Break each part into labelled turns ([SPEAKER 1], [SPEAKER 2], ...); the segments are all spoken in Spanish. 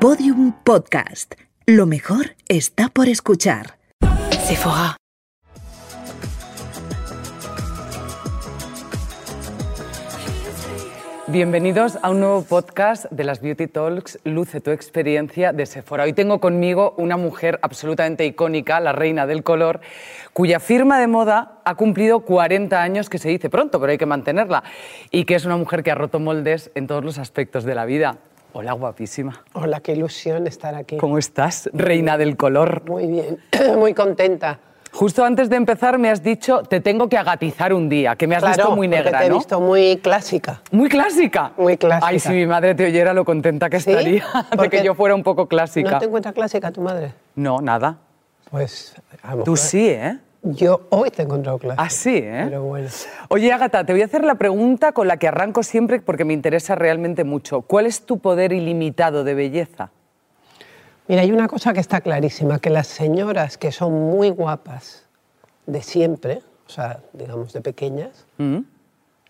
[SPEAKER 1] Podium Podcast. Lo mejor está por escuchar.
[SPEAKER 2] Sephora.
[SPEAKER 3] Bienvenidos a un nuevo podcast de las Beauty Talks, Luce tu experiencia de Sephora. Hoy tengo conmigo una mujer absolutamente icónica, la reina del color, cuya firma de moda ha cumplido 40 años, que se dice pronto, pero hay que mantenerla, y que es una mujer que ha roto moldes en todos los aspectos de la vida. Hola, guapísima.
[SPEAKER 4] Hola, qué ilusión estar aquí.
[SPEAKER 3] ¿Cómo estás, reina del color?
[SPEAKER 4] Muy bien, muy contenta.
[SPEAKER 3] Justo antes de empezar me has dicho, te tengo que agatizar un día, que me has
[SPEAKER 4] Claro,
[SPEAKER 3] visto muy
[SPEAKER 4] porque
[SPEAKER 3] negra,
[SPEAKER 4] te he
[SPEAKER 3] ¿no?
[SPEAKER 4] visto muy clásica.
[SPEAKER 3] Muy clásica.
[SPEAKER 4] Muy clásica.
[SPEAKER 3] Ay, si mi madre te oyera lo contenta que
[SPEAKER 4] ¿Sí?
[SPEAKER 3] estaría de que
[SPEAKER 4] Porque
[SPEAKER 3] yo fuera un poco clásica.
[SPEAKER 4] ¿No te encuentras clásica tu madre?
[SPEAKER 3] No, nada.
[SPEAKER 4] Pues, a lo
[SPEAKER 3] Tú
[SPEAKER 4] mejor-
[SPEAKER 3] sí, ¿eh?
[SPEAKER 4] Yo hoy te he encontrado clásica.
[SPEAKER 3] Ah, sí, ¿eh?
[SPEAKER 4] Pero bueno.
[SPEAKER 3] Oye, Ágata, te voy a hacer la pregunta con la que arranco siempre porque me interesa realmente mucho. ¿Cuál es tu poder ilimitado de belleza?
[SPEAKER 4] Mira, hay una cosa que está clarísima, que las señoras que son muy guapas de siempre, o sea, digamos de pequeñas,
[SPEAKER 3] ¿Mm?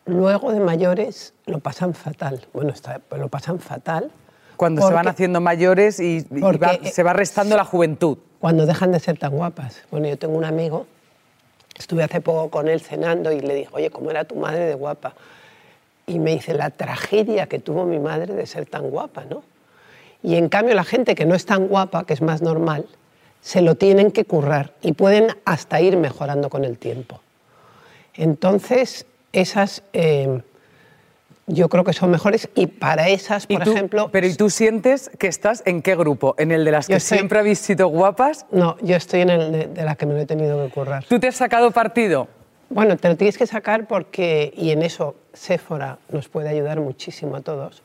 [SPEAKER 4] luego de mayores lo pasan fatal. Bueno, está, lo pasan fatal.
[SPEAKER 3] Cuando se van
[SPEAKER 4] porque-
[SPEAKER 3] haciendo mayores y, y
[SPEAKER 4] porque,
[SPEAKER 3] va- se va restando la juventud.
[SPEAKER 4] cuando dejan de ser tan guapas. Bueno, yo tengo un amigo, estuve hace poco con él cenando y le dije, oye, ¿cómo era tu madre de guapa? Y me dice, la tragedia que tuvo mi madre de ser tan guapa, ¿no? Y en cambio la gente que no es tan guapa, que es más normal, se lo tienen que currar y pueden hasta ir mejorando con el tiempo. Entonces, esas eh, yo creo que son mejores y para esas,
[SPEAKER 3] Y
[SPEAKER 4] por
[SPEAKER 3] tú-
[SPEAKER 4] ejemplo...
[SPEAKER 3] pero ¿y tú sientes que estás en qué grupo? ¿En el de las
[SPEAKER 4] Yo
[SPEAKER 3] que
[SPEAKER 4] estoy-
[SPEAKER 3] siempre habéis sido guapas?
[SPEAKER 4] No, yo estoy en el de, de la que me lo he tenido que currar.
[SPEAKER 3] ¿Tú te has sacado partido?
[SPEAKER 4] Bueno, te lo tienes que sacar porque, y en eso Sephora nos puede ayudar muchísimo a todos.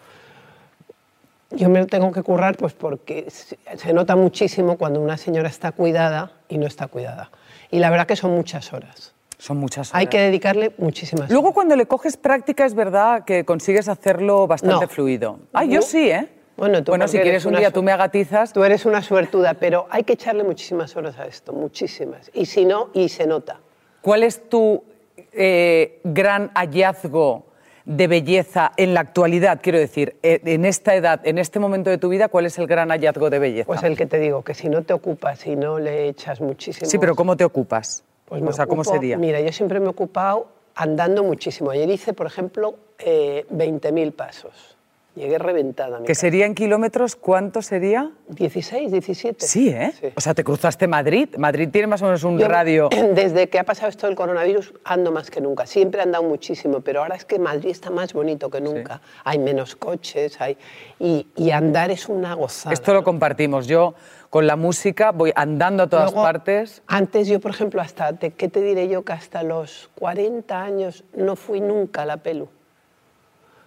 [SPEAKER 4] Yo me lo tengo que currar pues porque se se nota muchísimo cuando una señora está cuidada y no está cuidada. Y la verdad que son muchas horas.
[SPEAKER 3] Son muchas horas.
[SPEAKER 4] Hay que dedicarle muchísimas
[SPEAKER 3] Luego
[SPEAKER 4] horas.
[SPEAKER 3] cuando le coges práctica es verdad que consigues hacerlo bastante
[SPEAKER 4] No.
[SPEAKER 3] fluido. Ah, yo
[SPEAKER 4] No.
[SPEAKER 3] sí, ¿eh?
[SPEAKER 4] Bueno, tú porque
[SPEAKER 3] si
[SPEAKER 4] eres
[SPEAKER 3] quieres un
[SPEAKER 4] una
[SPEAKER 3] día
[SPEAKER 4] su-
[SPEAKER 3] tú me agatizas.
[SPEAKER 4] Tú eres una suertuda, pero hay que echarle muchísimas horas a esto, muchísimas. Y si no, y se nota.
[SPEAKER 3] ¿Cuál es tu eh, gran hallazgo de belleza en la actualidad? Quiero decir, eh, en esta edad, en este momento de tu vida, ¿cuál es el gran hallazgo de belleza?
[SPEAKER 4] Pues el que te digo, que si no te ocupas y no le echas muchísimo...
[SPEAKER 3] sí, pero ¿cómo te ocupas?
[SPEAKER 4] Pues me
[SPEAKER 3] o sea, ¿cómo
[SPEAKER 4] ocupo-
[SPEAKER 3] sería?
[SPEAKER 4] Mira, yo siempre me he ocupado andando muchísimo. Ayer hice, por ejemplo, eh, 20.000 pasos. Llegué reventada. a mi
[SPEAKER 3] ¿Que
[SPEAKER 4] casa.
[SPEAKER 3] sería en kilómetros? ¿Cuánto sería?
[SPEAKER 4] 16, 17.
[SPEAKER 3] Sí, ¿eh? O sea, te cruzaste Madrid. Madrid tiene más o menos un
[SPEAKER 4] Yo,
[SPEAKER 3] radio.
[SPEAKER 4] Desde que ha pasado esto del coronavirus, ando más que nunca. Siempre he andado muchísimo, pero ahora es que Madrid está más bonito que nunca. Hay menos coches, hay... Y, y andar es una gozada.
[SPEAKER 3] Esto lo compartimos. Yo con la música voy andando a todas
[SPEAKER 4] Luego,
[SPEAKER 3] partes.
[SPEAKER 4] Antes yo, por ejemplo, hasta, te- ¿qué te diré yo? Que hasta los 40 años no fui nunca a la pelu.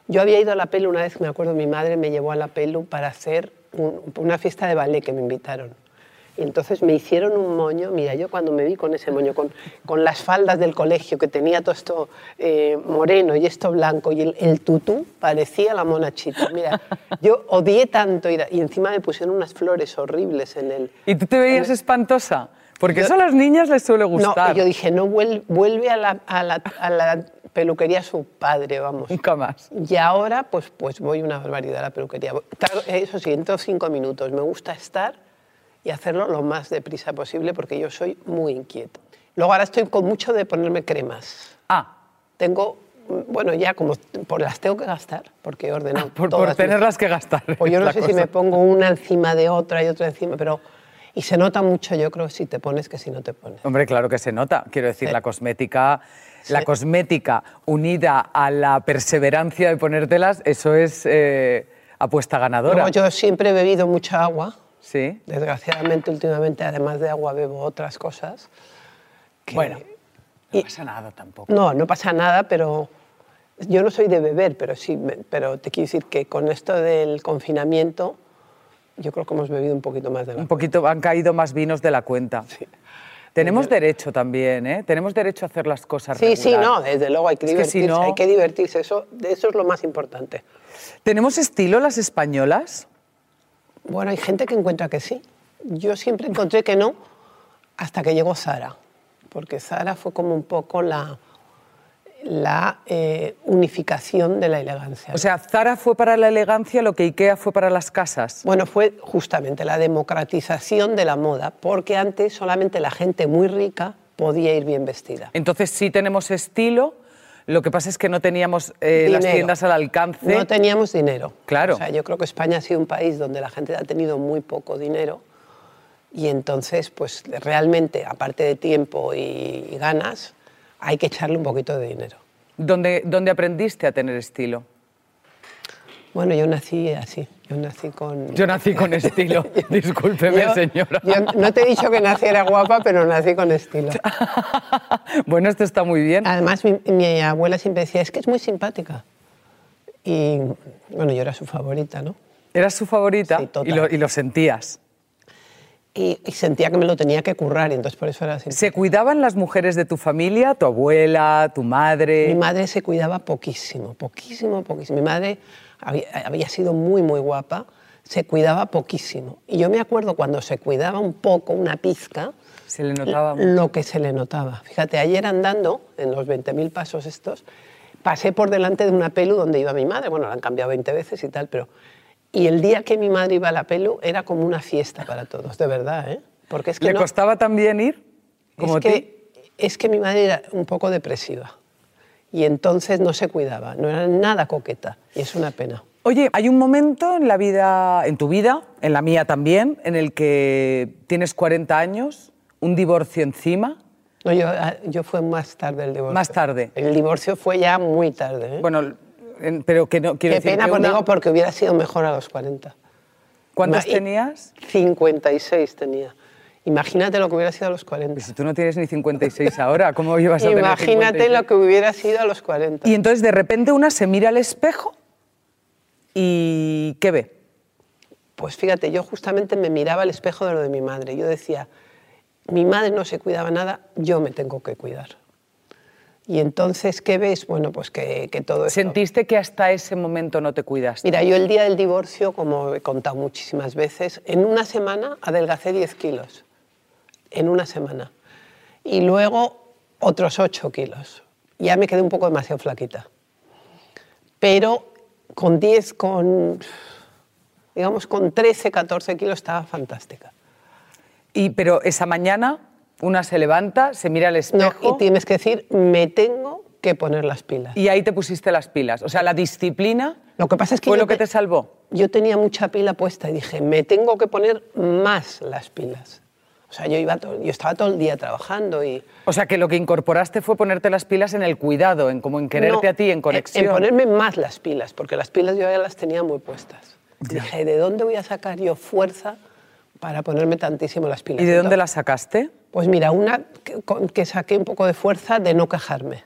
[SPEAKER 4] Yo había ido a la pelu una vez, me acuerdo, mi madre me llevó a la pelu para hacer un- una fiesta de ballet que me invitaron. Y entonces me hicieron un moño, mira, yo cuando me vi con ese moño, con, con las faldas del colegio, que tenía todo esto eh, moreno y esto blanco, y el, el tutú parecía la monachita. Mira, yo odié tanto ir a- y encima me pusieron unas flores horribles en el,
[SPEAKER 3] ¿Y tú te veías espantosa? Porque eso a las niñas les suele
[SPEAKER 4] Eh, No,
[SPEAKER 3] gustar.
[SPEAKER 4] y yo dije, no, vuel- vuelve a la, a la- a la peluquería su padre, vamos.
[SPEAKER 3] Nunca más.
[SPEAKER 4] Y ahora, pues, pues voy una barbaridad a la peluquería. Voy- tardo- eh, Eso sí, en todos cinco minutos. Me gusta estar y hacerlo lo más deprisa posible porque yo soy muy inquieta. Luego ahora estoy con mucho de ponerme cremas.
[SPEAKER 3] Ah,
[SPEAKER 4] Tengo, mm, bueno, ya como t- por las tengo que gastar, porque he ordenado.
[SPEAKER 3] por, por
[SPEAKER 4] todas mis-
[SPEAKER 3] tenerlas que gastar.
[SPEAKER 4] Pues yo
[SPEAKER 3] es
[SPEAKER 4] no
[SPEAKER 3] la
[SPEAKER 4] sé si
[SPEAKER 3] cosa.
[SPEAKER 4] me pongo una encima de otra y otra encima, pero... Y se nota mucho, yo creo, si te pones que si no te pones.
[SPEAKER 3] Hombre, claro que se nota. Quiero decir,
[SPEAKER 4] Sí.
[SPEAKER 3] la cosmética. La cosmética unida a la perseverancia de ponértelas, eso es eh, apuesta ganadora.
[SPEAKER 4] Luego, yo siempre he bebido mucha agua.
[SPEAKER 3] Sí.
[SPEAKER 4] Desgraciadamente, últimamente, además de agua, bebo otras cosas. que-
[SPEAKER 3] Bueno, no
[SPEAKER 4] y-
[SPEAKER 3] pasa nada tampoco.
[SPEAKER 4] No, no pasa nada, pero yo no soy de beber, pero sí, me- pero te quiero decir que con esto del confinamiento, yo creo que hemos bebido un poquito más de la
[SPEAKER 3] Un poquito han caído más vinos de la cuenta. Tenemos derecho también, ¿eh? Tenemos derecho a hacer las cosas
[SPEAKER 4] Sí, sí,
[SPEAKER 3] regular.
[SPEAKER 4] no, desde luego hay que
[SPEAKER 3] Es que
[SPEAKER 4] divertirse,
[SPEAKER 3] si no-
[SPEAKER 4] hay que divertirse, eso, de eso es lo más importante.
[SPEAKER 3] ¿Tenemos estilo las españolas?
[SPEAKER 4] Bueno, hay gente que encuentra que sí. Yo siempre encontré que no hasta que llegó Sara, porque Sara fue como un poco la, la eh, unificación de la elegancia.
[SPEAKER 3] O sea, Zara fue para la elegancia lo que Ikea fue para las casas.
[SPEAKER 4] Bueno, fue justamente la democratización de la moda, porque antes solamente la gente muy rica podía ir bien vestida.
[SPEAKER 3] Entonces sí tenemos estilo, lo que pasa es que no teníamos eh, las
[SPEAKER 4] Dinero.
[SPEAKER 3] tiendas al alcance.
[SPEAKER 4] No teníamos dinero.
[SPEAKER 3] Claro.
[SPEAKER 4] O sea, yo creo que España ha sido un país donde la gente ha tenido muy poco dinero y entonces, pues realmente, aparte de tiempo y, y ganas, hay que echarle un poquito de dinero.
[SPEAKER 3] ¿Dónde, dónde aprendiste a tener estilo?
[SPEAKER 4] Bueno, yo nací así. Yo nací con.
[SPEAKER 3] Yo nací con estilo, discúlpeme
[SPEAKER 4] Yo-
[SPEAKER 3] señora.
[SPEAKER 4] yo no te he dicho que naciera guapa, pero nací con estilo.
[SPEAKER 3] bueno, esto está muy bien.
[SPEAKER 4] Además, mi, mi abuela siempre decía, es que es muy simpática. Y bueno, yo era su favorita, ¿no?
[SPEAKER 3] Era su favorita
[SPEAKER 4] Sí, total.
[SPEAKER 3] y, lo, y lo sentías.
[SPEAKER 4] Y, y sentía que me lo tenía que currar, y entonces por eso era así.
[SPEAKER 3] ¿Se cuidaban las mujeres de tu familia? ¿Tu abuela, tu
[SPEAKER 4] Mi
[SPEAKER 3] madre?
[SPEAKER 4] madre se cuidaba poquísimo, poquísimo, poquísimo. Mi madre había, había sido muy, muy guapa, se cuidaba poquísimo. Y yo me acuerdo cuando se cuidaba un poco, una pizca,
[SPEAKER 3] Se le notaba mucho.
[SPEAKER 4] lo que se le notaba. Fíjate, ayer andando, en los 20.000 pasos estos, pasé por delante de una pelu donde iba mi madre. Bueno, la han cambiado 20 veces y tal, pero... Y el día que mi madre iba a la pelu era como una fiesta para todos, de verdad, ¿eh? Porque es que
[SPEAKER 3] ¿Le
[SPEAKER 4] no-
[SPEAKER 3] costaba también ir? Como
[SPEAKER 4] es
[SPEAKER 3] ti?
[SPEAKER 4] que, es que mi madre era un poco depresiva y entonces no se cuidaba, no era nada coqueta y es una pena.
[SPEAKER 3] Oye, hay un momento en la vida, en tu vida, en la mía también, en el que tienes 40 años, un divorcio encima.
[SPEAKER 4] No, yo, ah, yo fue más tarde el divorcio.
[SPEAKER 3] Más tarde.
[SPEAKER 4] El divorcio fue ya muy tarde. ¿eh?
[SPEAKER 3] Bueno, en- pero que no quiero
[SPEAKER 4] Qué
[SPEAKER 3] decir
[SPEAKER 4] pena pues
[SPEAKER 3] que
[SPEAKER 4] conmigo
[SPEAKER 3] una-
[SPEAKER 4] porque hubiera sido mejor a los 40.
[SPEAKER 3] ¿Cuántos
[SPEAKER 4] Ma- y-
[SPEAKER 3] tenías?
[SPEAKER 4] 56 tenía. Imagínate lo que hubiera sido a los 40.
[SPEAKER 3] Si tú no tienes ni 56 ahora, ¿cómo ibas a tener
[SPEAKER 4] Imagínate
[SPEAKER 3] 56?
[SPEAKER 4] lo que hubiera sido a los 40.
[SPEAKER 3] Y entonces de repente una se mira al espejo y ¿qué ve?
[SPEAKER 4] Pues fíjate, yo justamente me miraba al espejo de lo de mi madre. Yo decía, mi madre no se cuidaba nada, yo me tengo que cuidar. Y entonces, ¿qué ves? Bueno, pues que, que todo esto...
[SPEAKER 3] Sentiste que hasta ese momento no te cuidaste.
[SPEAKER 4] Mira, yo el día del divorcio, como he contado muchísimas veces, en una semana adelgacé 10 kilos. En una semana. Y luego otros 8 kilos. Ya me quedé un poco demasiado flaquita. Pero con 10, con. digamos, con 13, 14 kilos estaba fantástica.
[SPEAKER 3] Y pero esa mañana una se levanta, se mira al
[SPEAKER 4] No,
[SPEAKER 3] espejo
[SPEAKER 4] y tienes que decir, me tengo que poner las pilas.
[SPEAKER 3] y ahí te pusiste las pilas, o sea, la disciplina
[SPEAKER 4] Lo que pasa es que.
[SPEAKER 3] fue
[SPEAKER 4] yo
[SPEAKER 3] lo que te salvó.
[SPEAKER 4] yo tenía mucha pila puesta y dije, me tengo que poner más las pilas. O sea, yo, iba todo- yo estaba todo el día trabajando y...
[SPEAKER 3] O sea, que lo que incorporaste fue ponerte las pilas en el cuidado, en como en quererte
[SPEAKER 4] No,
[SPEAKER 3] a ti, en conexión.
[SPEAKER 4] En ponerme más las pilas, porque las pilas yo ya las tenía muy puestas. Dije, ¿de dónde voy a sacar yo fuerza para ponerme tantísimo las pilas?
[SPEAKER 3] ¿Y de dónde
[SPEAKER 4] Entonces,
[SPEAKER 3] las sacaste?
[SPEAKER 4] Pues mira, una que, con- que saqué un poco de fuerza de no quejarme.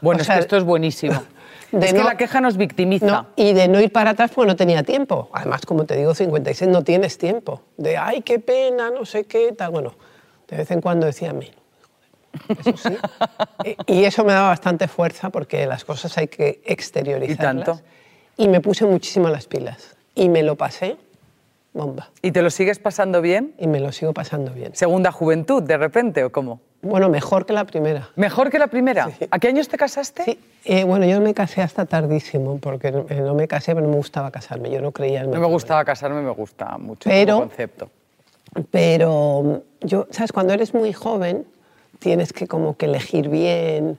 [SPEAKER 3] Bueno,
[SPEAKER 4] O
[SPEAKER 3] es
[SPEAKER 4] sea,
[SPEAKER 3] que esto es buenísimo.
[SPEAKER 4] de
[SPEAKER 3] es que
[SPEAKER 4] no-
[SPEAKER 3] la queja nos victimiza.
[SPEAKER 4] No, y de no ir para atrás porque no tenía tiempo. Además, como te digo, 56 no tienes tiempo. De, ay, qué pena, no sé qué, tal. Bueno, de vez en cuando decía a mí. Eso sí. Eh, y eso me daba bastante fuerza porque las cosas hay que exteriorizarlas.
[SPEAKER 3] ¿Y tanto?
[SPEAKER 4] Y me puse muchísimo las pilas. Y me lo pasé bomba.
[SPEAKER 3] ¿Y te lo sigues pasando bien?
[SPEAKER 4] Y me lo sigo pasando bien.
[SPEAKER 3] ¿Segunda juventud, de repente, o cómo?
[SPEAKER 4] Bueno, mejor que la primera.
[SPEAKER 3] ¿Mejor que la primera? ¿A qué años te casaste?
[SPEAKER 4] Sí, eh, bueno, yo no me casé hasta tardísimo porque no eh, no me casé, pero no me gustaba casarme. Yo no creía
[SPEAKER 3] No
[SPEAKER 4] en
[SPEAKER 3] me
[SPEAKER 4] matrimonio.
[SPEAKER 3] gustaba casarme, me gusta mucho
[SPEAKER 4] Pero-
[SPEAKER 3] como concepto.
[SPEAKER 4] Pero yo, sabes, cuando eres muy joven tienes que como que elegir bien,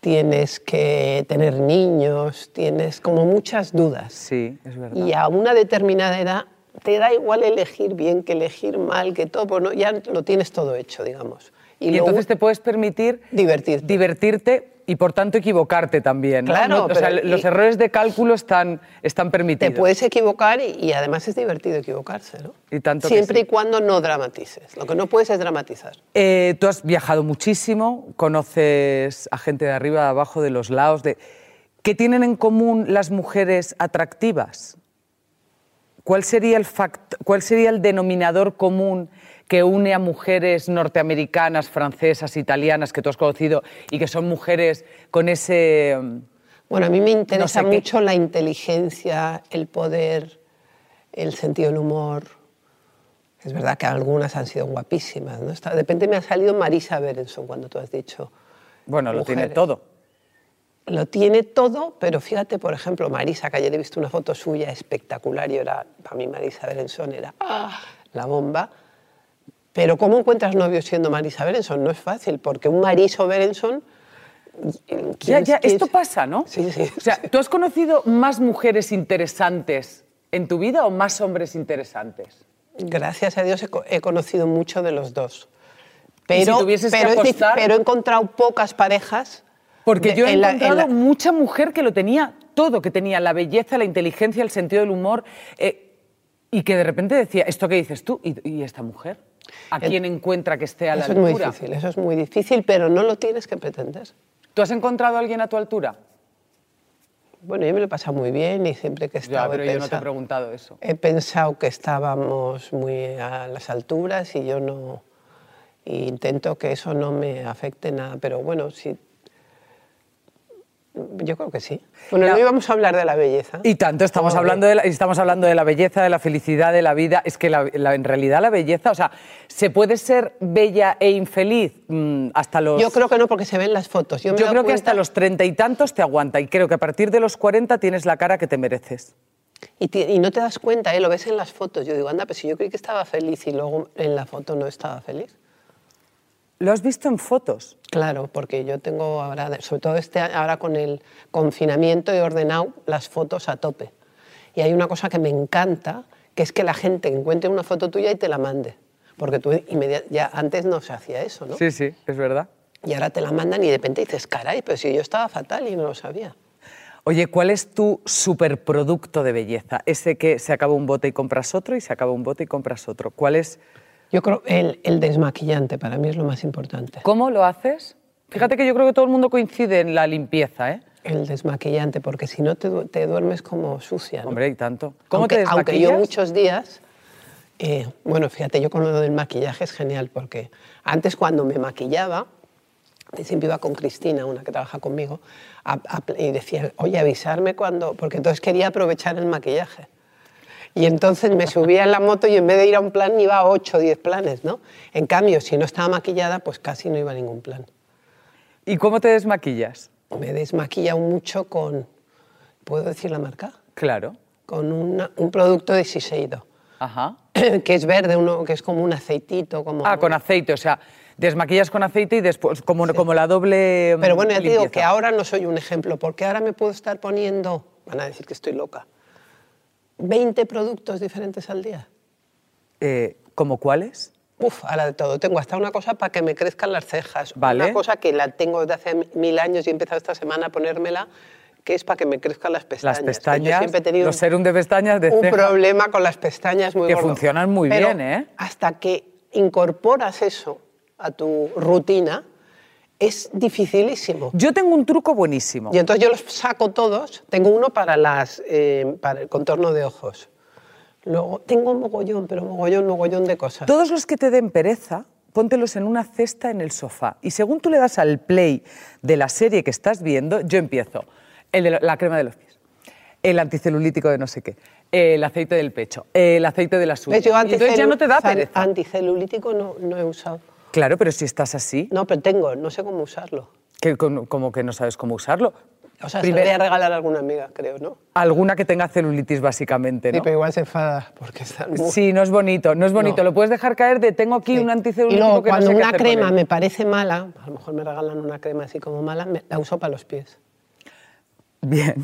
[SPEAKER 4] tienes que tener niños, tienes como muchas dudas.
[SPEAKER 3] Sí, es verdad.
[SPEAKER 4] Y a una determinada edad te da igual elegir bien que elegir mal, que todo, pues no- ya lo tienes todo hecho, digamos.
[SPEAKER 3] Y,
[SPEAKER 4] lo
[SPEAKER 3] entonces
[SPEAKER 4] u-
[SPEAKER 3] te puedes permitir
[SPEAKER 4] divertirte.
[SPEAKER 3] divertirte y por tanto equivocarte también. ¿no?
[SPEAKER 4] Claro,
[SPEAKER 3] No- o sea,
[SPEAKER 4] pero-
[SPEAKER 3] los
[SPEAKER 4] y-
[SPEAKER 3] errores de cálculo están, están permitidos.
[SPEAKER 4] Te puedes equivocar y, y además es divertido equivocarse, ¿no?
[SPEAKER 3] Y tanto que
[SPEAKER 4] Siempre
[SPEAKER 3] sí.
[SPEAKER 4] y cuando no dramatices. Lo que no puedes es dramatizar.
[SPEAKER 3] Eh, tú has viajado muchísimo, conoces a gente de arriba, de abajo, de los lados. De... ¿Qué tienen en común las mujeres atractivas? ¿Cuál sería, el fact- ¿Cuál sería el denominador común que une a mujeres norteamericanas, francesas, italianas que tú has conocido y que son mujeres con ese...
[SPEAKER 4] Bueno, a mí me interesa
[SPEAKER 3] No sé qué.
[SPEAKER 4] mucho la inteligencia, el poder, el sentido del humor. Es verdad que algunas han sido guapísimas. ¿no? Esta- De repente me ha salido Marisa Berenson cuando tú has dicho.
[SPEAKER 3] Bueno, lo tiene
[SPEAKER 4] mujeres.
[SPEAKER 3] todo.
[SPEAKER 4] lo tiene todo, pero fíjate, por ejemplo, Marisa, que ayer he visto una foto suya espectacular y era, para mí Marisa Berenson era ¡ah! la bomba. Pero ¿cómo encuentras novio siendo Marisa Berenson? No es fácil, porque un Mariso Berenson... ¿quién-
[SPEAKER 3] Ya, ya,
[SPEAKER 4] quién-
[SPEAKER 3] esto pasa, ¿no?
[SPEAKER 4] Sí, sí.
[SPEAKER 3] O sea, ¿tú has conocido más mujeres interesantes en tu vida o más hombres interesantes?
[SPEAKER 4] Gracias a Dios he, co- he conocido mucho de los dos.
[SPEAKER 3] Y si
[SPEAKER 4] Pero,
[SPEAKER 3] tuvieses que
[SPEAKER 4] pero, es dif-
[SPEAKER 3] apostar-
[SPEAKER 4] pero he encontrado pocas parejas.
[SPEAKER 3] Porque
[SPEAKER 4] de-
[SPEAKER 3] yo he
[SPEAKER 4] en la- en
[SPEAKER 3] encontrado
[SPEAKER 4] la-
[SPEAKER 3] mucha mujer que lo tenía todo, que tenía la belleza, la inteligencia, el sentido del humor, eh, y que de repente decía, ¿esto qué dices tú? ¿Y, y esta mujer? ¿A
[SPEAKER 4] El-
[SPEAKER 3] quién encuentra que esté a la
[SPEAKER 4] Eso es
[SPEAKER 3] altura?
[SPEAKER 4] muy difícil, eso es muy difícil, pero no lo tienes que pretender.
[SPEAKER 3] ¿Tú has encontrado a alguien a tu altura?
[SPEAKER 4] Bueno, yo me lo he pasado muy bien y siempre que he estado
[SPEAKER 3] Ya, pero
[SPEAKER 4] he,
[SPEAKER 3] yo no te he
[SPEAKER 4] pensado,
[SPEAKER 3] preguntado eso.
[SPEAKER 4] he pensado que estábamos muy a las alturas y yo no y intento que eso no me afecte nada, pero bueno, sí. Yo creo que sí. Bueno,
[SPEAKER 3] La-
[SPEAKER 4] no íbamos a hablar de la belleza.
[SPEAKER 3] Y tanto, estamos,
[SPEAKER 4] Joder.
[SPEAKER 3] hablando de la, estamos hablando de la belleza, de la felicidad, de la vida. Es que la- la- en realidad la belleza, o sea, ¿se puede ser bella e infeliz Mm, hasta los...
[SPEAKER 4] Yo creo que no, porque se ven las fotos. Yo, me he
[SPEAKER 3] yo
[SPEAKER 4] dado
[SPEAKER 3] creo que hasta
[SPEAKER 4] cuenta-
[SPEAKER 3] los treinta y tantos te aguanta y creo que a partir de los cuarenta tienes la cara que te mereces.
[SPEAKER 4] Y, ti- y no te das cuenta, ¿eh? lo ves en las fotos. Yo digo, anda, pues si yo creí que estaba feliz y luego en la foto no estaba feliz.
[SPEAKER 3] Lo has visto en fotos.
[SPEAKER 4] Claro, porque yo tengo ahora, sobre todo este, a- ahora con el confinamiento, he ordenado las fotos a tope. Y hay una cosa que me encanta, que es que la gente encuentre una foto tuya y te la mande. Porque tú inmediat- ya antes no se hacía eso, ¿no?
[SPEAKER 3] Sí, sí, es verdad.
[SPEAKER 4] Y ahora te la mandan y de repente dices, caray, pero si yo estaba fatal y no lo sabía.
[SPEAKER 3] Oye, ¿cuál es tu superproducto de belleza? Ese que se acaba un bote y compras otro y se acaba un bote y compras otro. ¿Cuál es?
[SPEAKER 4] Yo creo el, el desmaquillante para mí es lo más importante.
[SPEAKER 3] ¿Cómo lo haces? Fíjate que yo creo que todo el mundo coincide en la limpieza, ¿eh?
[SPEAKER 4] El desmaquillante, porque si no te, du- te duermes como sucia. ¿no?
[SPEAKER 3] Hombre, y tanto. ¿Cómo
[SPEAKER 4] aunque,
[SPEAKER 3] te
[SPEAKER 4] aunque yo
[SPEAKER 3] desmaquillas?
[SPEAKER 4] muchos días, eh, bueno, fíjate, yo con lo del maquillaje es genial porque antes cuando me maquillaba, yo siempre iba con Cristina, una que trabaja conmigo, a- a pl- y decía, oye, avisarme cuando, porque entonces quería aprovechar el maquillaje. Y entonces me subía en la moto y en vez de ir a un plan iba a 8 o 10 planes, ¿no? En cambio, si no estaba maquillada, pues casi no iba a ningún plan.
[SPEAKER 3] ¿Y cómo te desmaquillas?
[SPEAKER 4] Me he desmaquillado mucho con, ¿puedo decir la marca?
[SPEAKER 3] Claro.
[SPEAKER 4] Con una- un producto de Shiseido.
[SPEAKER 3] Ajá.
[SPEAKER 4] que es verde, uno que es como un aceitito, como.
[SPEAKER 3] Ah, con aceite, o sea, desmaquillas con aceite y después, como, como la doble. mm,
[SPEAKER 4] Pero bueno, ya te digo
[SPEAKER 3] limpieza.
[SPEAKER 4] que ahora no soy un ejemplo, porque ahora me puedo estar poniendo, van a decir que estoy loca, 20 productos diferentes al día.
[SPEAKER 3] Eh, ¿Cómo cuáles?
[SPEAKER 4] Uf, ahora de todo. Tengo hasta una cosa para que me crezcan las cejas,
[SPEAKER 3] Vale.
[SPEAKER 4] una cosa que la tengo desde hace mil años y he empezado esta semana a ponérmela, que es para que me crezcan las pestañas.
[SPEAKER 3] Las
[SPEAKER 4] que
[SPEAKER 3] pestañas.
[SPEAKER 4] Yo siempre he tenido
[SPEAKER 3] los serum de pestañas de
[SPEAKER 4] un
[SPEAKER 3] ceja.
[SPEAKER 4] problema con las pestañas muy
[SPEAKER 3] Que
[SPEAKER 4] gordo.
[SPEAKER 3] funcionan muy
[SPEAKER 4] Pero
[SPEAKER 3] bien, ¿eh?
[SPEAKER 4] Hasta que incorporas eso a tu rutina, es dificilísimo.
[SPEAKER 3] Yo tengo un truco buenísimo.
[SPEAKER 4] Y entonces yo los saco todos. Tengo uno para, las, eh, para el contorno de ojos. Luego tengo un mogollón, pero mogollón, mogollón de cosas.
[SPEAKER 3] Todos los que te den pereza, póntelos en una cesta en el sofá. Y según tú le das al play de la serie que estás viendo, yo empiezo. El de la- la crema de los pies, el anticelulítico de no sé qué, el aceite del pecho, el aceite de las uñas.
[SPEAKER 4] ¿Ves? Yo
[SPEAKER 3] Y Entonces ya
[SPEAKER 4] anticelu-
[SPEAKER 3] no te da
[SPEAKER 4] sal-
[SPEAKER 3] pereza.
[SPEAKER 4] Anticelulítico no, no he usado.
[SPEAKER 3] Claro, pero si estás así,
[SPEAKER 4] No, pero tengo, no sé cómo usarlo.
[SPEAKER 3] que con- como que no sabes cómo usarlo.
[SPEAKER 4] O sea,
[SPEAKER 3] Primer-
[SPEAKER 4] se lo voy a regalar a alguna amiga, creo, ¿no?
[SPEAKER 3] Alguna que tenga celulitis, básicamente, ¿no?
[SPEAKER 4] igual se enfada porque están muy...
[SPEAKER 3] Sí, no es bonito, no es bonito.
[SPEAKER 4] No.
[SPEAKER 3] Lo puedes dejar caer de tengo aquí
[SPEAKER 4] Sí.
[SPEAKER 3] un
[SPEAKER 4] Y
[SPEAKER 3] anticelulítico
[SPEAKER 4] luego,
[SPEAKER 3] que no
[SPEAKER 4] cuando
[SPEAKER 3] sé qué
[SPEAKER 4] una
[SPEAKER 3] hacer con
[SPEAKER 4] crema
[SPEAKER 3] él.
[SPEAKER 4] me parece mala, a lo mejor me regalan una crema así como mala, me- la uso para los pies.
[SPEAKER 3] Bien,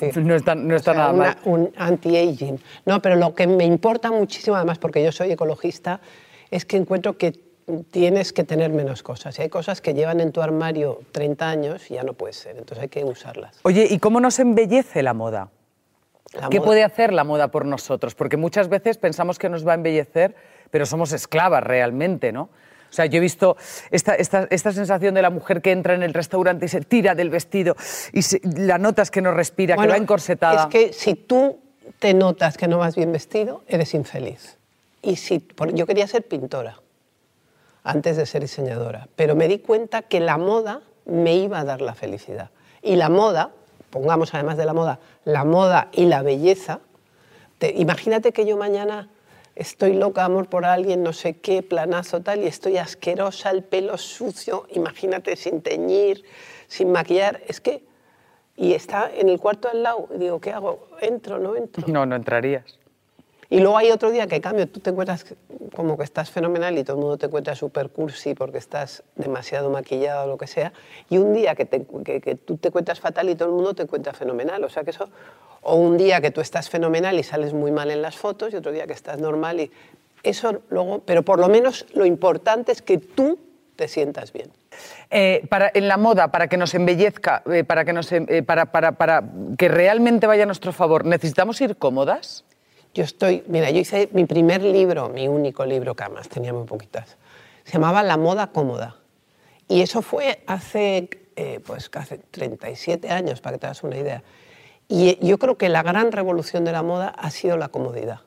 [SPEAKER 4] Sí.
[SPEAKER 3] no está, no está
[SPEAKER 4] O sea,
[SPEAKER 3] nada
[SPEAKER 4] una-
[SPEAKER 3] mal.
[SPEAKER 4] Un anti-aging. No, pero lo que me importa muchísimo, además, porque yo soy ecologista, es que encuentro que tienes que tener menos cosas. Y hay cosas que llevan en tu armario 30 años y ya no puede ser, entonces hay que usarlas.
[SPEAKER 3] Oye, ¿y cómo nos embellece la moda?
[SPEAKER 4] La
[SPEAKER 3] ¿Qué
[SPEAKER 4] moda-
[SPEAKER 3] puede hacer la moda por nosotros? Porque muchas veces pensamos que nos va a embellecer, pero somos esclavas realmente, ¿no? O sea, yo he visto esta, esta- esta sensación de la mujer que entra en el restaurante y se tira del vestido y se- la notas que no respira,
[SPEAKER 4] Bueno,
[SPEAKER 3] que va encorsetada.
[SPEAKER 4] Es que si tú te notas que no vas bien vestido, eres infeliz. Y si, por- yo quería ser pintora antes de ser diseñadora, pero me di cuenta que la moda me iba a dar la felicidad. Y la moda, pongamos además de la moda, la moda y la belleza, te- imagínate que yo mañana estoy loca, amor por alguien, no sé qué, planazo tal, y estoy asquerosa, el pelo sucio, imagínate sin teñir, sin maquillar, es que y está en el cuarto al lado. Y digo, ¿qué hago? ¿Entro? ¿No entro?
[SPEAKER 3] No, no entrarías.
[SPEAKER 4] Y luego hay otro día que, en cambio, tú te encuentras como que estás fenomenal y todo el mundo te encuentra super cursi porque estás demasiado maquillado o lo que sea. Y un día que, te- que- que tú te encuentras fatal y todo el mundo te encuentra fenomenal. O sea que eso. O un día que tú estás fenomenal y sales muy mal en las fotos y otro día que estás normal y. Eso luego. Pero por lo menos lo importante es que tú te sientas bien.
[SPEAKER 3] Eh, para, en la moda, para que nos embellezca, eh, para, que nos, em- eh, para, para, para que realmente vaya a nuestro favor, ¿necesitamos ir cómodas?
[SPEAKER 4] Yo estoy, mira, yo hice mi primer libro, mi único libro que además tenía muy poquitas. Se llamaba La moda cómoda. Y eso fue hace, eh, pues, hace 37 años, para que te hagas una idea. Y eh, yo creo que la gran revolución de la moda ha sido la comodidad.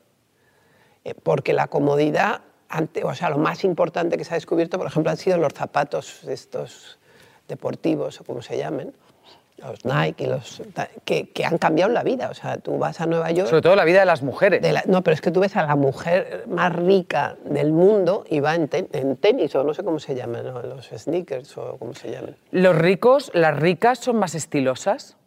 [SPEAKER 4] Eh, porque la comodidad, ante- o sea, lo más importante que se ha descubierto, por ejemplo, han sido los zapatos estos deportivos o como se llamen, los Nike, y los, ta- que, que han cambiado la vida. O sea, tú vas a Nueva York...
[SPEAKER 3] Sobre todo la vida de las mujeres.
[SPEAKER 4] De la- no, pero es que tú ves a la mujer más rica del mundo y va en, ten- en tenis o no sé cómo se llaman, ¿no? los sneakers o cómo se llaman.
[SPEAKER 3] ¿Los ricos, las ricas son más estilosas?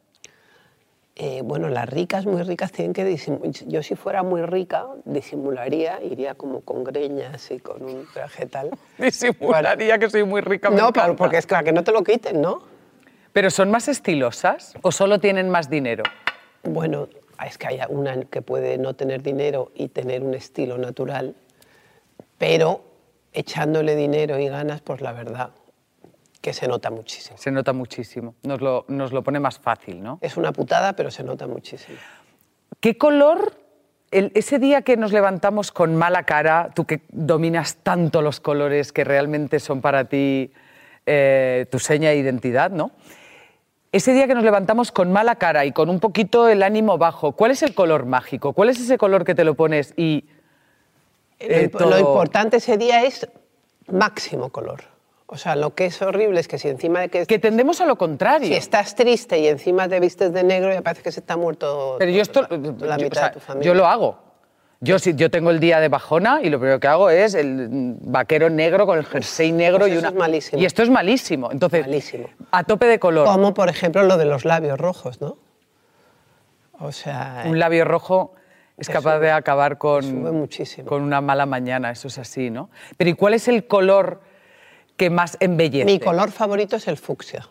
[SPEAKER 4] Eh, bueno, las ricas, muy ricas, tienen que disimular. Yo si fuera muy rica, disimularía, iría como con greñas y con un traje tal.
[SPEAKER 3] Disimularía que soy muy rica. me
[SPEAKER 4] No,
[SPEAKER 3] encanta.
[SPEAKER 4] claro, porque es claro que no te lo quiten, ¿no?
[SPEAKER 3] ¿Pero son más estilosas o solo tienen más dinero?
[SPEAKER 4] Bueno, es que hay una que puede no tener dinero y tener un estilo natural, pero echándole dinero y ganas, pues la verdad que se nota muchísimo.
[SPEAKER 3] Se nota muchísimo. Nos lo, nos lo pone más fácil, ¿no?
[SPEAKER 4] Es una putada, pero se nota muchísimo.
[SPEAKER 3] ¿Qué color? el- ese día que nos levantamos con mala cara, tú que dominas tanto los colores que realmente son para ti eh, tu seña de identidad, ¿no? Ese día que nos levantamos con mala cara y con un poquito el ánimo bajo, ¿cuál es el color mágico? ¿Cuál es ese color que te lo pones y
[SPEAKER 4] Lo
[SPEAKER 3] eh,
[SPEAKER 4] imp-
[SPEAKER 3] todo-
[SPEAKER 4] Lo importante ese día es máximo color. O sea, lo que es horrible es que si encima de que,
[SPEAKER 3] que tendemos a lo contrario?
[SPEAKER 4] si estás triste y encima te vistes de negro, me parece que se está muerto
[SPEAKER 3] Pero yo esto, eh,
[SPEAKER 4] la, la mitad
[SPEAKER 3] yo, o sea,
[SPEAKER 4] de tu familia.
[SPEAKER 3] yo lo hago. Yo, si, yo tengo el día de bajona y lo primero que hago es el mm, vaquero negro con el jersey negro
[SPEAKER 4] pues
[SPEAKER 3] y
[SPEAKER 4] eso
[SPEAKER 3] una.
[SPEAKER 4] es malísimo.
[SPEAKER 3] Y esto es malísimo. Entonces,
[SPEAKER 4] Malísimo.
[SPEAKER 3] a tope de color.
[SPEAKER 4] Como por ejemplo lo de los labios rojos, ¿no? O sea,
[SPEAKER 3] Un labio rojo es
[SPEAKER 4] Te
[SPEAKER 3] capaz de acabar con,
[SPEAKER 4] sube muchísimo.
[SPEAKER 3] con una mala mañana, eso es así, ¿no? Pero ¿y cuál es el color que más embellece?
[SPEAKER 4] mi color favorito es el fucsia.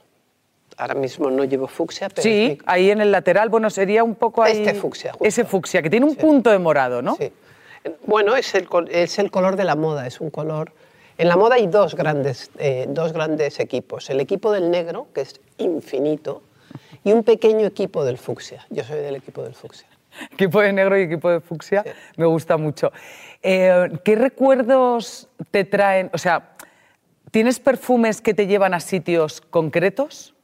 [SPEAKER 4] Ahora mismo no llevo fucsia, pero es mi
[SPEAKER 3] Sí, ahí en el lateral, bueno, sería un poco ahí.
[SPEAKER 4] Este fucsia, justo.
[SPEAKER 3] Ese fucsia, que tiene un punto de morado, ¿no?
[SPEAKER 4] Sí. Bueno, es el, col- es el color de la moda, es un color... En la moda hay dos grandes, eh, dos grandes equipos. El equipo del negro, que es infinito, y un pequeño equipo del fucsia. Yo soy del equipo del fucsia.
[SPEAKER 3] Equipo de negro y equipo de fucsia, me gusta mucho. Eh, ¿Qué recuerdos te traen? O sea, ¿tienes perfumes que te llevan a sitios concretos?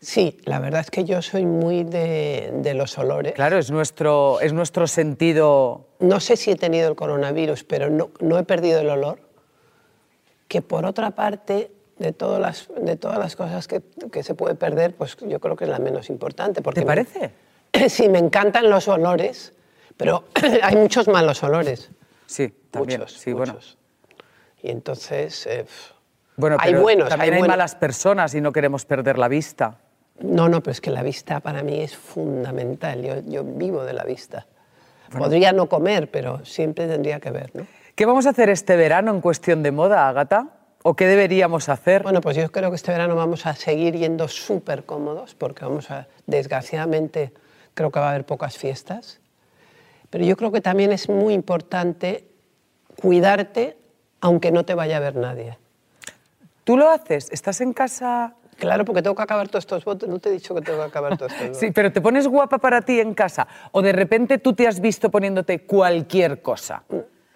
[SPEAKER 4] Sí, la verdad es que yo soy muy de, de los olores.
[SPEAKER 3] Claro, es nuestro, es nuestro sentido.
[SPEAKER 4] No sé si he tenido el coronavirus, pero no, no he perdido el olor. Que por otra parte, de todas las, de todas las cosas que, que se puede perder, pues yo creo que es la menos importante. Porque
[SPEAKER 3] ¿Te
[SPEAKER 4] me-
[SPEAKER 3] parece?
[SPEAKER 4] Sí, me encantan los olores, pero hay muchos malos olores.
[SPEAKER 3] Sí, también.
[SPEAKER 4] muchos,
[SPEAKER 3] sí, bueno.
[SPEAKER 4] muchos. Y entonces, eh, pf,
[SPEAKER 3] Bueno,
[SPEAKER 4] hay
[SPEAKER 3] pero
[SPEAKER 4] buenos,
[SPEAKER 3] también hay,
[SPEAKER 4] buenos.
[SPEAKER 3] malas personas y no queremos perder la vista.
[SPEAKER 4] No, no, pero es que la vista para mí es fundamental. Yo, yo vivo de la vista. Podría no comer, pero siempre tendría que ver, ¿no?
[SPEAKER 3] ¿Qué vamos a hacer este verano en cuestión de moda, Agata? ¿O qué deberíamos hacer?
[SPEAKER 4] Bueno, pues yo creo que este verano vamos a seguir yendo súper cómodos porque vamos a, desgraciadamente, creo que va a haber pocas fiestas. Pero yo creo que también es muy importante cuidarte aunque no te vaya a ver nadie.
[SPEAKER 3] ¿Tú lo haces? ¿Estás en casa?
[SPEAKER 4] Claro, porque tengo que acabar todos estos votos. No te he dicho que tengo que acabar todos estos votos.
[SPEAKER 3] Sí, pero te pones guapa para ti en casa o de repente tú te has visto poniéndote cualquier cosa.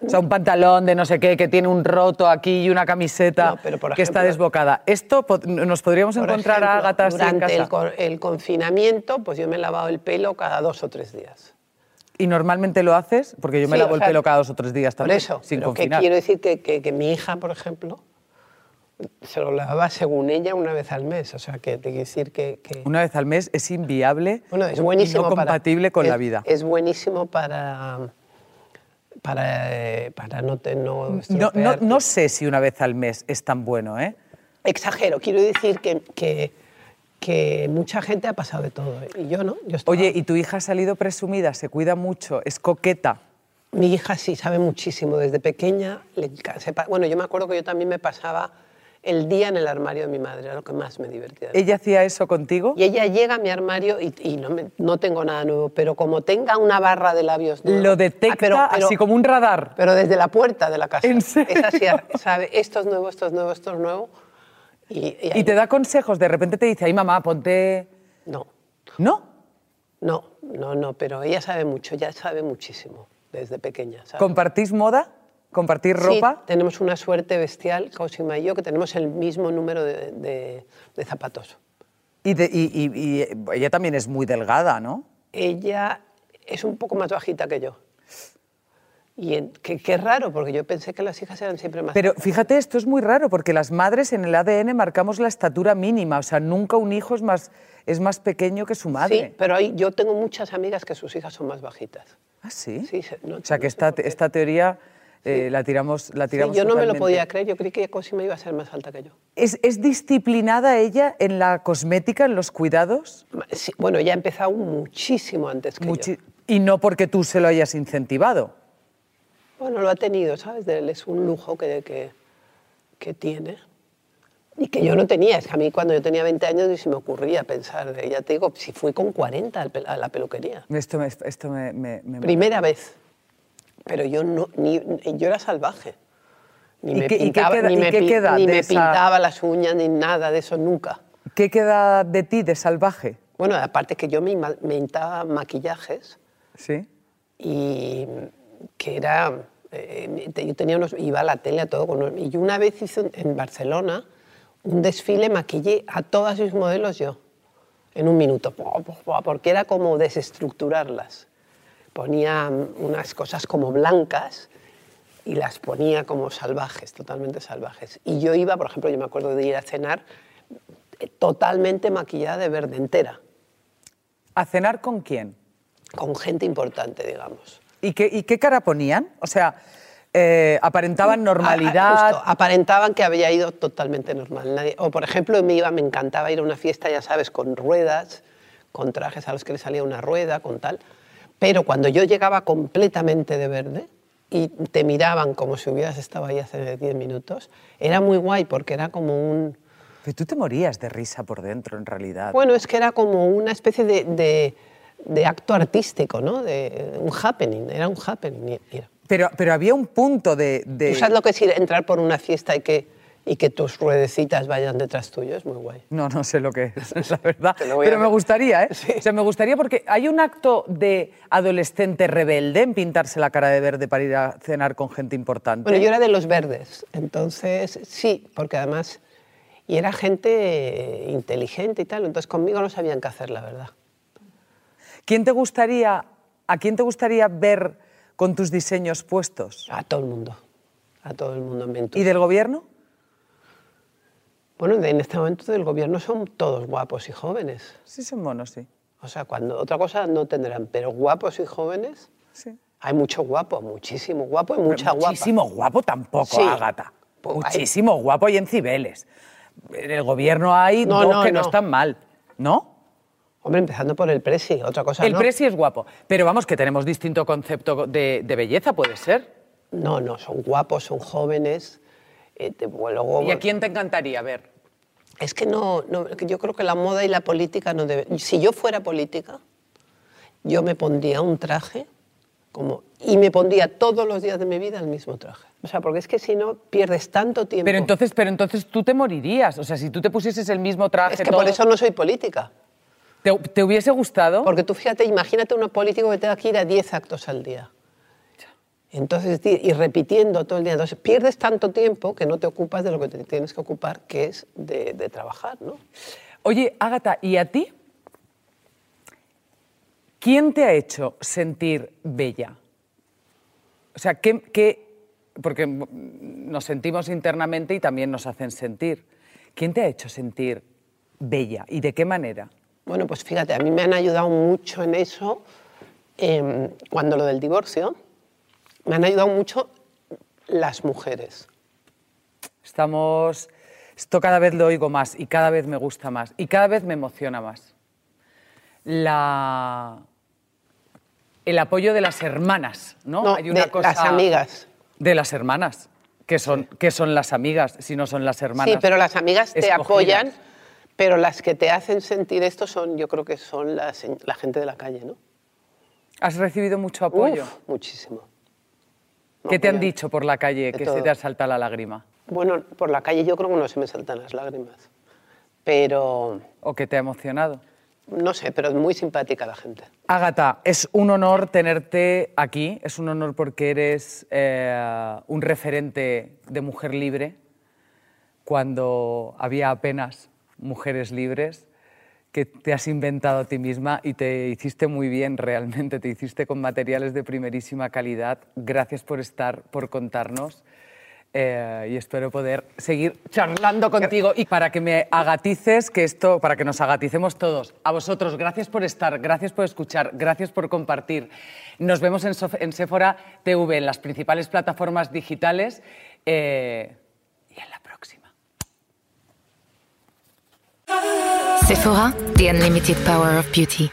[SPEAKER 3] O sea, un pantalón de no sé qué que tiene un roto aquí y una camiseta
[SPEAKER 4] No, pero por
[SPEAKER 3] que está
[SPEAKER 4] ejemplo-
[SPEAKER 3] desbogada. Esto pod- nos podríamos
[SPEAKER 4] Por
[SPEAKER 3] encontrar a
[SPEAKER 4] ejemplo,
[SPEAKER 3] Agatha así en
[SPEAKER 4] Durante
[SPEAKER 3] casa.
[SPEAKER 4] el, co- el confinamiento, pues yo me he lavado el pelo cada dos o tres días.
[SPEAKER 3] Y normalmente lo haces porque yo me
[SPEAKER 4] Sí,
[SPEAKER 3] lavo
[SPEAKER 4] o
[SPEAKER 3] el
[SPEAKER 4] sea,
[SPEAKER 3] pelo cada dos o tres días
[SPEAKER 4] Por
[SPEAKER 3] también.
[SPEAKER 4] eso,
[SPEAKER 3] sin
[SPEAKER 4] pero que
[SPEAKER 3] confinar.
[SPEAKER 4] quiero decir que, que- que mi hija, por ejemplo, se lo lavaba según ella una vez al mes. O sea, que te quiero decir que... que-
[SPEAKER 3] Una vez al mes es inviable
[SPEAKER 4] bueno, es
[SPEAKER 3] y
[SPEAKER 4] buenísimo
[SPEAKER 3] no
[SPEAKER 4] para-
[SPEAKER 3] compatible con
[SPEAKER 4] es-
[SPEAKER 3] la vida.
[SPEAKER 4] Es buenísimo para... Para, eh, para no te
[SPEAKER 3] No,
[SPEAKER 4] no,
[SPEAKER 3] no,
[SPEAKER 4] estropearte.
[SPEAKER 3] no sé si una vez al mes es tan bueno, ¿eh?
[SPEAKER 4] Exagero, quiero decir que, que que mucha gente ha pasado de todo. ¿eh? Y yo no. Yo estaba-
[SPEAKER 3] Oye, y tu hija ha salido presumida, se cuida mucho, es coqueta.
[SPEAKER 4] Mi hija sí sabe muchísimo. Desde pequeña, le enca- se pa- bueno, yo me acuerdo que yo también me pasaba el día en el armario de mi madre, era lo que más me divertía.
[SPEAKER 3] ¿Ella hacía eso contigo?
[SPEAKER 4] Y ella llega a mi armario y, y no, me- no tengo nada nuevo, pero como tenga una barra de labios nueva-
[SPEAKER 3] Lo
[SPEAKER 4] Ah,
[SPEAKER 3] detecta
[SPEAKER 4] pero- pero-
[SPEAKER 3] así como un radar.
[SPEAKER 4] Pero desde la puerta de la casa.
[SPEAKER 3] ¿En
[SPEAKER 4] Es así,
[SPEAKER 3] serio?
[SPEAKER 4] sabe, esto es nuevo, esto es nuevo, esto es nuevo. Y, y ahí-
[SPEAKER 3] Y te da consejos, de repente te dice, ay mamá, ponte...
[SPEAKER 4] No,
[SPEAKER 3] No,
[SPEAKER 4] no, no, no, pero ella sabe mucho, ya sabe muchísimo desde pequeña. ¿sabes?
[SPEAKER 3] ¿compartís moda? ¿Compartís
[SPEAKER 4] Sí,
[SPEAKER 3] ropa?
[SPEAKER 4] tenemos una suerte bestial, Cosima y yo, que tenemos el mismo número de, de- de zapatos.
[SPEAKER 3] Y, de- y- y- y, eh, ella también es muy delgada, ¿no?
[SPEAKER 4] Ella es un poco más bajita que yo. Y en- que, que raro, porque yo pensé que las hijas eran siempre más...
[SPEAKER 3] Pero fíjate, esto es muy raro porque las madres en el ADN marcamos la estatura mínima, o sea, nunca un hijo es más, es más pequeño que su
[SPEAKER 4] sí,
[SPEAKER 3] madre.
[SPEAKER 4] pero hay- yo tengo muchas amigas que sus hijas son más bajitas.
[SPEAKER 3] ¿Ah, sí?
[SPEAKER 4] Sí, se- no-
[SPEAKER 3] o sea,
[SPEAKER 4] no
[SPEAKER 3] que
[SPEAKER 4] sé
[SPEAKER 3] esta,
[SPEAKER 4] por qué.
[SPEAKER 3] esta teoría eh, la tiramos la
[SPEAKER 4] Sí,
[SPEAKER 3] tiramos
[SPEAKER 4] yo no me lo
[SPEAKER 3] totalmente.
[SPEAKER 4] podía creer, yo creí que Cosima iba a ser más alta que yo.
[SPEAKER 3] ¿Es, es disciplinada ella en la cosmética, en los cuidados?
[SPEAKER 4] Ma- sí, bueno, ella ha empezado muchísimo antes que
[SPEAKER 3] Muchi-
[SPEAKER 4] yo.
[SPEAKER 3] y no porque tú se lo hayas incentivado.
[SPEAKER 4] Bueno, lo ha tenido, ¿sabes? De él es un lujo que, que, que tiene. Y que yo no tenía, es que a mí cuando yo tenía 20 años ni se me ocurría pensar, de, ya te digo, si fui con 40 al pel- a la peluquería.
[SPEAKER 3] Esto me... Esto me, me- me-
[SPEAKER 4] Primera vez. Pero yo no, ni, ni- yo era salvaje. Ni
[SPEAKER 3] ¿Y
[SPEAKER 4] me
[SPEAKER 3] qué- y qué
[SPEAKER 4] pintaba,
[SPEAKER 3] queda-
[SPEAKER 4] ni
[SPEAKER 3] y
[SPEAKER 4] me,
[SPEAKER 3] qué
[SPEAKER 4] pi-
[SPEAKER 3] queda
[SPEAKER 4] ni
[SPEAKER 3] de
[SPEAKER 4] me
[SPEAKER 3] esa-
[SPEAKER 4] pintaba las uñas, ni nada de eso, nunca.
[SPEAKER 3] ¿Qué queda de ti, de salvaje?
[SPEAKER 4] Bueno, aparte que yo me ima- me pintaba maquillajes
[SPEAKER 3] ¿Sí?
[SPEAKER 4] y que era eh, te- yo tenía unos iba a la tele a todo con unos- y yo una vez hice un- en Barcelona un desfile maquillé a todas sus modelos yo en un minuto po, po, po, porque era como desestructurarlas ponía mm, unas cosas como blancas y las ponía como salvajes totalmente salvajes y yo iba por ejemplo yo me acuerdo de ir a cenar eh, totalmente maquillada de verde entera
[SPEAKER 3] ¿A cenar con quién?
[SPEAKER 4] con gente importante digamos
[SPEAKER 3] ¿Y qué, y qué cara ponían? O sea, eh, aparentaban
[SPEAKER 4] A- a-
[SPEAKER 3] normalidad.
[SPEAKER 4] Ah, justo, aparentaban que había ido totalmente normal. Nadie- o, por ejemplo, me, iba, me encantaba ir a una fiesta, ya sabes, con ruedas, con trajes a los que le salía una rueda, con tal. Pero cuando yo llegaba completamente de verde y te miraban como si hubieras estado ahí hace 10 minutos, era muy guay porque era como un...
[SPEAKER 3] Pero tú te morías de risa por dentro, en realidad.
[SPEAKER 4] Bueno, es que era como una especie de, de- de acto artístico, ¿no? De, un happening, era un happening. y- y-
[SPEAKER 3] Pero, pero había un punto de... de-
[SPEAKER 4] ¿Tú sabes lo que es ir, entrar por una fiesta y que, y que tus ruedecitas vayan detrás tuyo? Es muy guay.
[SPEAKER 3] No, no sé lo que es, la verdad.
[SPEAKER 4] Te lo voy a
[SPEAKER 3] Pero me
[SPEAKER 4] ver.
[SPEAKER 3] gustaría, ¿eh?
[SPEAKER 4] Sí.
[SPEAKER 3] O sea, me gustaría porque hay un acto de adolescente rebelde en pintarse la cara de verde para ir a cenar con gente importante.
[SPEAKER 4] Bueno, yo era de los verdes, entonces sí, porque además... Y era gente eh, inteligente y tal, entonces conmigo no sabían qué hacer, la verdad.
[SPEAKER 3] ¿Quién te gustaría, ¿A quién te gustaría ver con tus diseños puestos?
[SPEAKER 4] A todo el mundo, a todo el mundo. Me entu-
[SPEAKER 3] ¿Y del gobierno?
[SPEAKER 4] Bueno, en este momento del gobierno son todos guapos y jóvenes.
[SPEAKER 3] Sí, son monos, sí.
[SPEAKER 4] O sea, cuando otra cosa no tendrán, pero guapos y jóvenes,
[SPEAKER 3] sí.
[SPEAKER 4] hay mucho guapo, muchísimo guapo y mucha
[SPEAKER 3] Pero
[SPEAKER 4] guapa.
[SPEAKER 3] Muchísimo guapo tampoco,
[SPEAKER 4] Sí.
[SPEAKER 3] Ágata.
[SPEAKER 4] Pues hay-
[SPEAKER 3] Muchísimo guapo y en Cibeles. En el gobierno hay
[SPEAKER 4] No,
[SPEAKER 3] dos
[SPEAKER 4] no,
[SPEAKER 3] que no.
[SPEAKER 4] no.
[SPEAKER 3] están mal, ¿no?
[SPEAKER 4] Hombre, empezando por el presi, otra cosa
[SPEAKER 3] el
[SPEAKER 4] no.
[SPEAKER 3] presi es guapo, pero vamos, que tenemos distinto concepto de, de belleza, puede ser.
[SPEAKER 4] No, no, son guapos, son jóvenes. eh, te- bueno, luego-
[SPEAKER 3] ¿Y a quién te encantaría ver?
[SPEAKER 4] Es que no, no, que yo creo que la moda y la política no deben... Si yo fuera política, yo me pondría un traje como, y me pondría todos los días de mi vida el mismo traje. O sea, porque es que si no, pierdes tanto tiempo.
[SPEAKER 3] Pero entonces, pero entonces tú te morirías. O sea, si tú te pusieses el mismo traje,
[SPEAKER 4] es que
[SPEAKER 3] todo,
[SPEAKER 4] por eso no soy política.
[SPEAKER 3] ¿te, te hubiese gustado?
[SPEAKER 4] Porque tú fíjate, imagínate un político que tenga que ir a 10 actos al día. Entonces, di- y repitiendo todo el día. Entonces, pierdes tanto tiempo que no te ocupas de lo que te tienes que ocupar, que es de, de trabajar, ¿no?
[SPEAKER 3] Oye, Ágata, ¿y a ti? ¿Quién te ha hecho sentir bella? O sea, ¿qué, qué- porque mm, nos sentimos internamente y también nos hacen sentir. ¿Quién te ha hecho sentir bella y de qué manera?
[SPEAKER 4] Bueno, pues fíjate, a mí me han ayudado mucho en eso em, cuando lo del divorcio. Me han ayudado mucho las mujeres.
[SPEAKER 3] Estamos Esto cada vez lo oigo más y cada vez me gusta más y cada vez me emociona más. La... El apoyo de las hermanas, ¿no?
[SPEAKER 4] No, de las amigas.
[SPEAKER 3] De las hermanas, que son, que son las amigas, si no son las hermanas.
[SPEAKER 4] Sí, pero las amigas te
[SPEAKER 3] escogidas.
[SPEAKER 4] apoyan, pero las que te hacen sentir esto son, yo creo que son las- la gente de la calle, ¿no?
[SPEAKER 3] ¿Has recibido mucho apoyo?
[SPEAKER 4] Uf, muchísimo.
[SPEAKER 3] ¿Qué te han
[SPEAKER 4] apoyan.
[SPEAKER 3] dicho por la calle
[SPEAKER 4] De
[SPEAKER 3] que se
[SPEAKER 4] todo.
[SPEAKER 3] te asalta la lágrima?
[SPEAKER 4] Bueno, por la calle yo creo que no se me saltan las lágrimas, pero
[SPEAKER 3] ¿O que te ha emocionado?
[SPEAKER 4] no sé, pero es muy simpática la gente.
[SPEAKER 3] Ágata, es un honor tenerte aquí, es un honor porque eres eh, un referente de mujer libre cuando había apenas mujeres libres, que te has inventado a ti misma y te hiciste muy bien realmente, te hiciste con materiales de primerísima calidad. Gracias por estar, por contarnos eh, y espero poder seguir charlando contigo y para que me agatices, que esto, para que nos agaticemos todos. A vosotros, gracias por estar, gracias por escuchar, gracias por compartir. Nos vemos en, Sof- en Sephora TV, en las principales plataformas digitales eh, y en la próxima.
[SPEAKER 2] Sephora, the unlimited power of beauty.